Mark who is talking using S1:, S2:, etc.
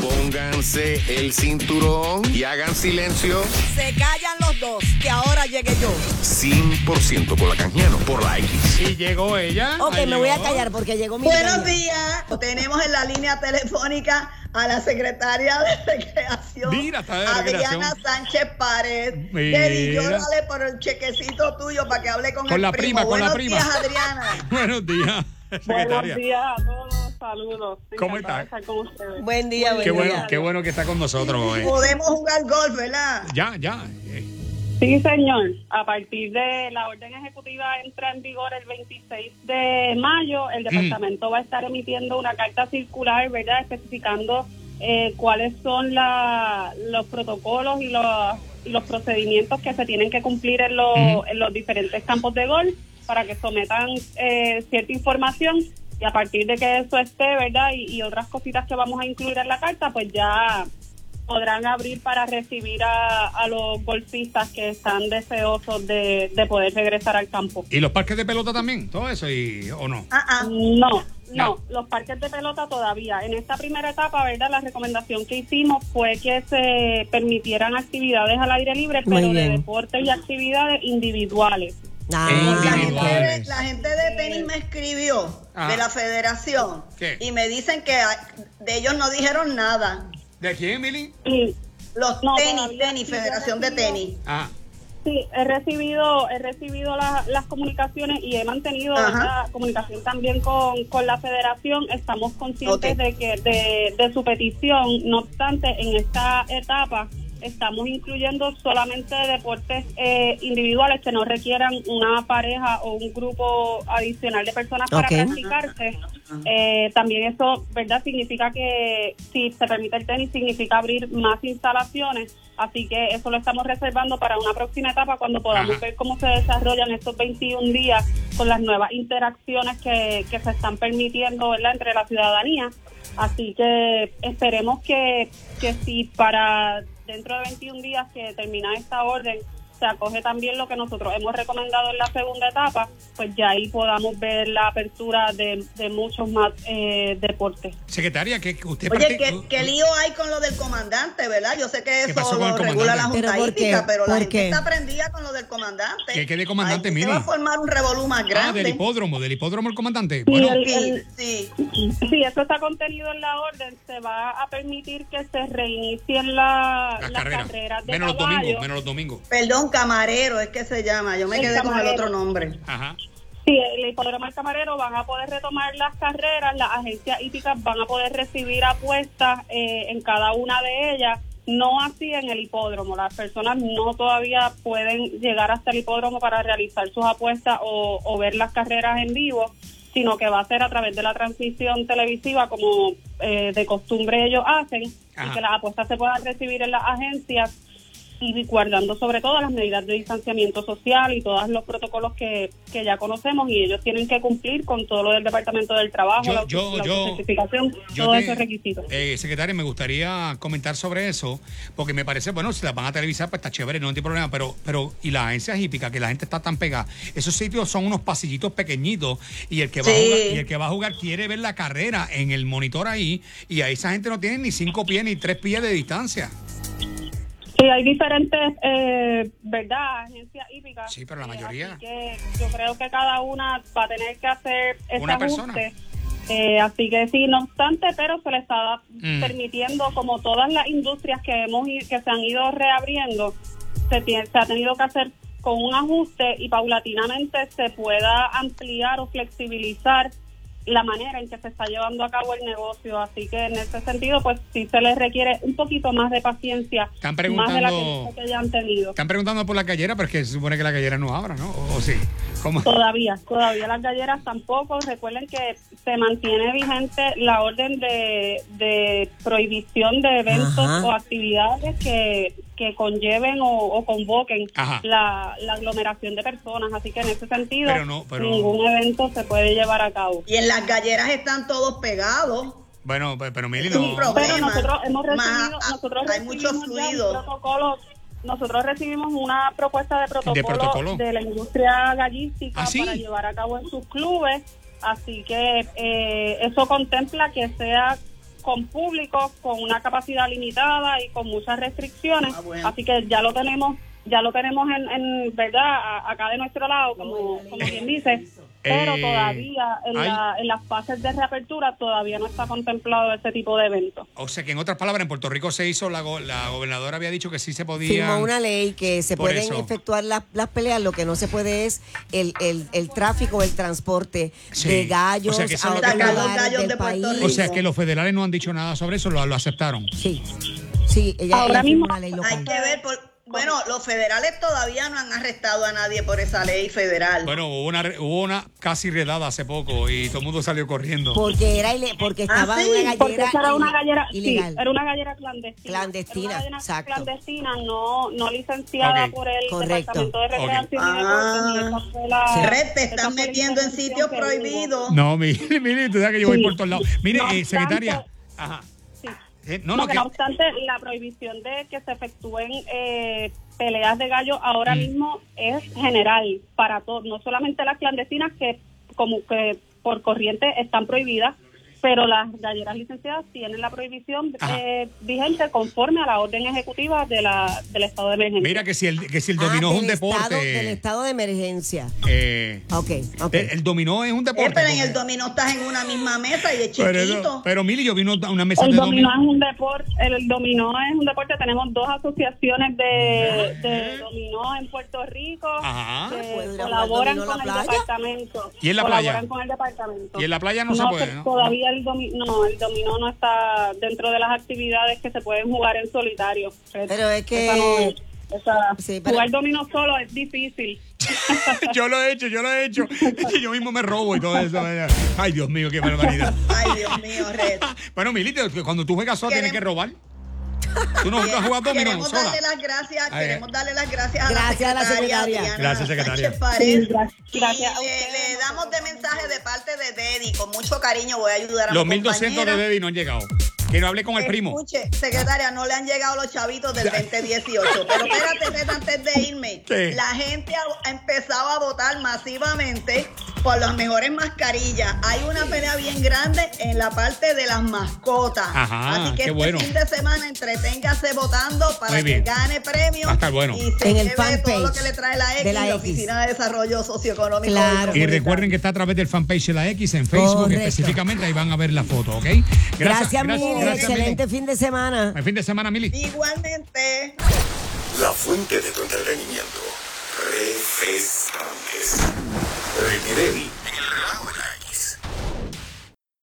S1: Pónganse el cinturón y hagan silencio
S2: Se callan los dos, que ahora llegue yo.
S1: 100% con la canjiano por la X.
S3: Y llegó ella.
S2: Ok,
S3: ahí
S2: me voy a
S3: llegó.
S2: callar porque llegó mi
S4: Buenos
S2: turno.
S4: días. Tenemos en la línea telefónica a la secretaria de Recreación,
S3: Mira, está de recreación.
S4: Adriana Sánchez Pared.
S3: Mira.
S4: Teddy, yo dale por el chequecito tuyo para que hable con,
S3: Con
S4: el
S3: la
S4: primo.
S3: prima, con la
S4: Buenos
S3: prima.
S4: días, Adriana.
S3: Buenos días, secretaria.
S5: Buenos días a todos, saludos. Estoy
S3: ¿Cómo
S5: encantada
S3: estás?
S5: de estar con ustedes.
S2: Buen día, buen
S3: Qué bueno,
S2: día.
S3: qué bueno que está con nosotros hoy.
S4: Podemos jugar golf, ¿verdad?
S3: Ya, ya. eh,
S5: Sí, señor. A partir de la orden ejecutiva entra en vigor el 26 de mayo, el departamento va a estar emitiendo una carta circular, ¿verdad? Especificando eh, cuáles son la- los protocolos y los, y los procedimientos que se tienen que cumplir en, los-
S3: Ujú.
S5: en los diferentes campos de gol para que sometan eh, cierta información. Y a partir de que eso esté, ¿verdad? Y, y otras cositas que vamos a incluir en la carta, pues ya podrán abrir para recibir a, a los golfistas que están deseosos de, de poder regresar al campo.
S3: Y los parques de pelota también, todo eso, y, ¿o no?
S4: Ah, ah.
S5: No,
S3: No.
S5: no, los parques de pelota todavía. En esta primera etapa, ¿verdad? La recomendación que hicimos fue que se permitieran actividades al aire libre,
S2: Muy
S5: pero de
S2: bien.
S5: deportes y actividades individuales.
S2: Ah,
S4: La
S3: Individuales.
S4: gente, de, la gente de tenis me escribió
S3: Ah.
S4: de la federación
S3: ¿Qué?
S4: y me dicen que a- de ellos no dijeron nada.
S3: ¿De quién, Emily?
S5: Y
S4: Los
S5: No,
S4: tenis,
S5: todavía
S4: tenis,
S5: sí, ya
S4: federación de
S5: recibió.
S4: tenis.
S3: Ah,
S5: Sí, he recibido, he recibido la- las comunicaciones y he mantenido
S4: Ajá.
S5: ¿verdad? comunicación también con, con la federación. Estamos conscientes
S4: Ok.
S5: de que de, de su petición. No obstante, en esta etapa estamos incluyendo solamente deportes eh, individuales que no requieran una pareja o un grupo adicional de personas para
S2: Ok.
S5: practicarse. Eh, también eso, ¿verdad? Significa que si se permite el tenis, significa abrir más instalaciones. Así que eso lo estamos reservando para una próxima etapa cuando podamos
S3: Ajá.
S5: ver cómo se desarrollan estos 21 días con las nuevas interacciones que, que se están permitiendo, ¿verdad?, entre la ciudadanía. Así que esperemos que, que si para dentro de 21 días que termina esta orden se acoge también lo que nosotros hemos recomendado en la segunda etapa, pues ya ahí podamos ver la apertura de, de muchos más eh, deportes.
S3: secretaria, que que usted... Ah, parti-
S4: Oye, ¿qué, qué lío hay con lo del comandante, ¿verdad? Yo sé que
S3: Oh, ¿Qué pasó
S4: eso
S3: con el
S4: lo regula
S3: comandante?
S4: la Junta
S2: ¿Pero por qué?
S4: Hípica, pero la
S2: ¿Por
S4: gente
S2: qué?
S4: está prendida con lo del comandante.
S3: ¿Qué- qué de comandante,
S4: Ahí
S3: Mili?
S4: Se va a formar un revolú más
S3: Ah, del
S4: grande.
S3: hipódromo, del hipódromo el comandante.
S5: Sí,
S3: Bueno, eh,
S5: el-
S4: sí, sí.
S5: Sí, eso está contenido en la orden. Se va a permitir que se reinicien la-
S3: las
S5: las,
S3: carreras.
S5: carreras de
S3: Menos los
S5: caballo.
S3: domingos, menos los domingos.
S4: Perdón, camarero es que se llama. Yo me
S5: El
S4: quedé con el
S5: camarero.
S4: otro nombre.
S3: Ajá.
S5: Sí, el hipódromo del camarero van a poder retomar las carreras, las agencias hípicas van a poder recibir apuestas eh, en cada una de ellas, no así en el hipódromo. Las personas no todavía pueden llegar hasta el hipódromo para realizar sus apuestas o, o ver las carreras en vivo, sino que va a ser a través de la transmisión televisiva como eh, de costumbre ellos hacen
S3: Ajá.
S5: y que las apuestas se puedan recibir en las agencias y guardando sobre todo las medidas de distanciamiento social y todos los protocolos que, que ya conocemos y ellos tienen que cumplir con todo lo del Departamento del Trabajo,
S3: Yo-
S5: la,
S3: yo-
S5: la
S3: yo-
S5: autocertificación,
S3: Yo
S5: todos
S3: te-
S5: esos requisitos.
S3: Eh, secretaria, me gustaría comentar sobre eso, porque me parece, bueno, si las van a televisar, pues está chévere, no hay problema, pero, pero, y las agencias hípicas, que la gente está tan pegada, esos sitios son unos pasillitos pequeñitos, y el que va a
S4: Sí.
S3: jugar, y el que va a jugar quiere ver la carrera en el monitor ahí, y ahí esa gente no tiene ni cinco pies ni tres pies de distancia.
S5: Sí, hay diferentes, eh, ¿verdad? Agencias hípicas.
S3: Sí, pero la
S5: Eh,
S3: mayoría.
S5: así que yo creo que cada una va a tener que hacer ese
S3: Una persona.
S5: ajuste. Eh, así que sí, no obstante, pero se le está
S3: Mm.
S5: permitiendo, como todas las industrias que hemos i- que se han ido reabriendo, se, tie- se ha tenido que hacer con un ajuste y paulatinamente se pueda ampliar o flexibilizar la manera en que se está llevando a cabo el negocio. Así que en ese sentido, pues sí se les requiere un poquito más de paciencia
S3: Están
S5: más de la
S3: preguntando-
S5: que, que ya han tenido.
S3: Están preguntando por la callera, pero es que se supone que la callera no abra, ¿no? O, o sí. ¿Cómo?
S5: Todavía, todavía las galleras tampoco. Recuerden que se mantiene vigente la orden de, de prohibición de eventos
S2: Ajá.
S5: o actividades que, que conlleven o, o convoquen
S3: Ajá.
S5: la, la aglomeración de personas. Así que en ese sentido,
S3: Pero no, pero-
S5: ningún evento se puede llevar a cabo.
S4: Y en las galleras están todos pegados.
S3: Bueno, pe- pero Mili,
S4: Es un
S3: no.
S4: problema.
S5: Pero nosotros hemos
S4: Más,
S5: recibido,
S4: ah,
S5: nosotros
S4: hay mucho
S5: recibimos ya un
S4: fluido.
S5: protocolo- nosotros recibimos una propuesta de protocolo,
S3: ¿De protocolo?
S5: de la industria gallística
S3: ¿Ah, sí?
S5: para llevar a cabo en sus clubes, así que eh, eso contempla que sea con públicos con una capacidad limitada y con muchas restricciones.
S4: Ah, bueno.
S5: Así que ya lo tenemos, ya lo tenemos en, en verdad, a- acá de nuestro lado, como, como bien dice. Pero
S3: Eh,
S5: todavía en,
S3: hay-
S5: la- en las fases de reapertura todavía no está contemplado ese tipo de eventos.
S3: O sea que en otras palabras, en Puerto Rico se hizo, la, go- la gobernadora había dicho que sí se podía.
S6: Firmó una ley que se
S3: Por
S6: pueden
S3: eso.
S6: efectuar las, las peleas, lo que no se puede es el, el, el tráfico, el transporte
S3: Sí.
S6: de gallos
S3: O sea, que eso
S6: a
S3: es lo
S6: otros
S3: que está-
S6: lugares
S4: Gallos
S6: del
S4: de Puerto
S6: país.
S4: Rico.
S3: O sea que los federales no han dicho nada sobre eso, lo, lo aceptaron.
S6: Sí, sí, ella,
S5: Ahora
S6: ella firmó
S5: mismo-
S6: una ley
S4: Hay
S6: local.
S4: que ver, por- bueno, los federales todavía no han arrestado a nadie por esa ley federal.
S3: Bueno, hubo una, re- hubo una casi redada hace poco y todo el mundo salió corriendo.
S6: Porque era ile- porque estaba
S4: Ah, sí,
S6: una gallera,
S4: porque
S5: Porque esa era una
S6: ile-
S5: gallera, sí,
S6: ilegal.
S5: era una gallera clandestina.
S6: Clandestina,
S5: Era una gallera
S6: exacto.
S5: clandestina, no, no licenciada
S3: Ok.
S5: por el
S6: Correcto.
S5: Departamento de Recreación y
S4: Ah.
S5: Deporte, y esa fue la-
S4: Red, te
S5: esa
S4: están
S5: fue la
S4: metiendo en
S5: intervención
S4: sitios
S5: que hubo.
S4: prohibidos. Eh,
S3: No, mire, mire, tú sabes que yo voy
S5: Sí.
S3: por todos lados. Mire,
S5: No
S3: eh, secretaria.
S5: obstante-
S3: Ajá.
S5: Sí.
S3: Eh, no,
S5: No,
S3: no,
S5: que
S3: que-
S5: no obstante, la prohibición de que se efectúen eh, peleas de gallo
S3: Mm.
S5: ahora mismo es general para todos, no solamente las clandestinas que como que por corriente están prohibidas, pero las galleras licenciadas tienen la prohibición
S3: Ajá.
S5: eh, vigente conforme a la orden ejecutiva de la, del estado de emergencia.
S3: mira que si el, que si el
S6: Ah,
S3: dominó es un
S6: del Estado, del
S3: deporte.
S6: estado de emergencia.
S3: eh,
S6: Ok, ok.
S3: El, el dominó es un
S4: Eh,
S3: deporte.
S4: pero en el
S3: porque-
S4: dominó estás en una misma mesa y es
S3: pero,
S4: chiquito.
S3: no, pero, Mili, yo vi una, una mesa
S5: El
S3: de
S5: dominó es
S3: dominó.
S5: un deporte, el dominó es un deporte, tenemos dos asociaciones de, de dominó en Puerto Rico
S3: Ajá.
S5: que
S6: ¿Puedo ir a jugar
S5: colaboran
S6: pues, dominó en
S5: con el
S6: la playa?
S5: departamento.
S3: ¿Y en la
S5: colaboran
S3: playa?
S5: con el departamento.
S3: ¿Y en la playa no se puede,
S5: que
S3: no?
S5: Todavía el dominó, no, el dominó no está dentro de las actividades que se pueden jugar en solitario.
S6: Pero es que-
S5: Esa no es- esa-
S6: Sí, pero-
S5: jugar dominó solo es difícil.
S3: yo lo he hecho, yo lo he hecho. yo mismo me robo y todo eso. Ay, Dios mío, qué barbaridad.
S4: Ay, Dios mío, Red.
S3: Bueno, Milito, cuando tú juegas sola tienes que robar. Tú no has jugado dominó
S4: Queremos
S3: sola.
S4: darle las gracias,
S3: Ay,
S4: queremos darle las gracias a
S6: Gracias a
S4: la
S6: la
S4: secretaria.
S6: secretaria.
S4: Diana
S3: Gracias, secretaria.
S4: Sánchez Pared.
S5: Sí, gracias-
S4: Y eh,
S5: gracias a
S4: le-
S5: ustedes.
S4: le damos de mensaje de parte de Dedi. Con mucho cariño voy a ayudar a
S3: Los
S4: mi
S3: 1200 de
S4: compañera.
S3: Debbie no han llegado. Que no hablé con el primo.
S4: Eh, Escuche, secretaria, no le han llegado los chavitos del 2018. Pero espérate, Red, antes de irme.
S3: ¿Qué?
S4: La gente ha, ha empezado a votar masivamente por las mejores mascarillas. Hay una pelea bien grande en la parte de las mascotas.
S3: Ajá,
S4: Así que
S3: qué
S4: este
S3: bueno.
S4: fin de semana entreténgase votando para
S3: Muy
S4: que
S3: bien.
S4: gane premios.
S3: Va a estar bueno.
S4: Y se
S6: En el
S4: lleve todo lo
S6: fanpage
S4: que le trae la X,
S6: de
S4: la,
S6: la X.
S4: Oficina de Desarrollo Socioeconómico.
S6: Claro.
S4: del
S3: Y
S4: Comunitario.
S3: recuerden que está a través del fanpage de la X en Facebook
S6: Correcto.
S3: específicamente. Ahí van a ver la foto, ¿ok?
S6: Gracias, Mili.
S3: gracias,
S6: Excelente
S3: Mili.
S6: fin de semana.
S3: Buen fin de semana, Mili.
S4: Igualmente.
S7: La fuente de tu entretenimiento. Refrescantes. Retiredi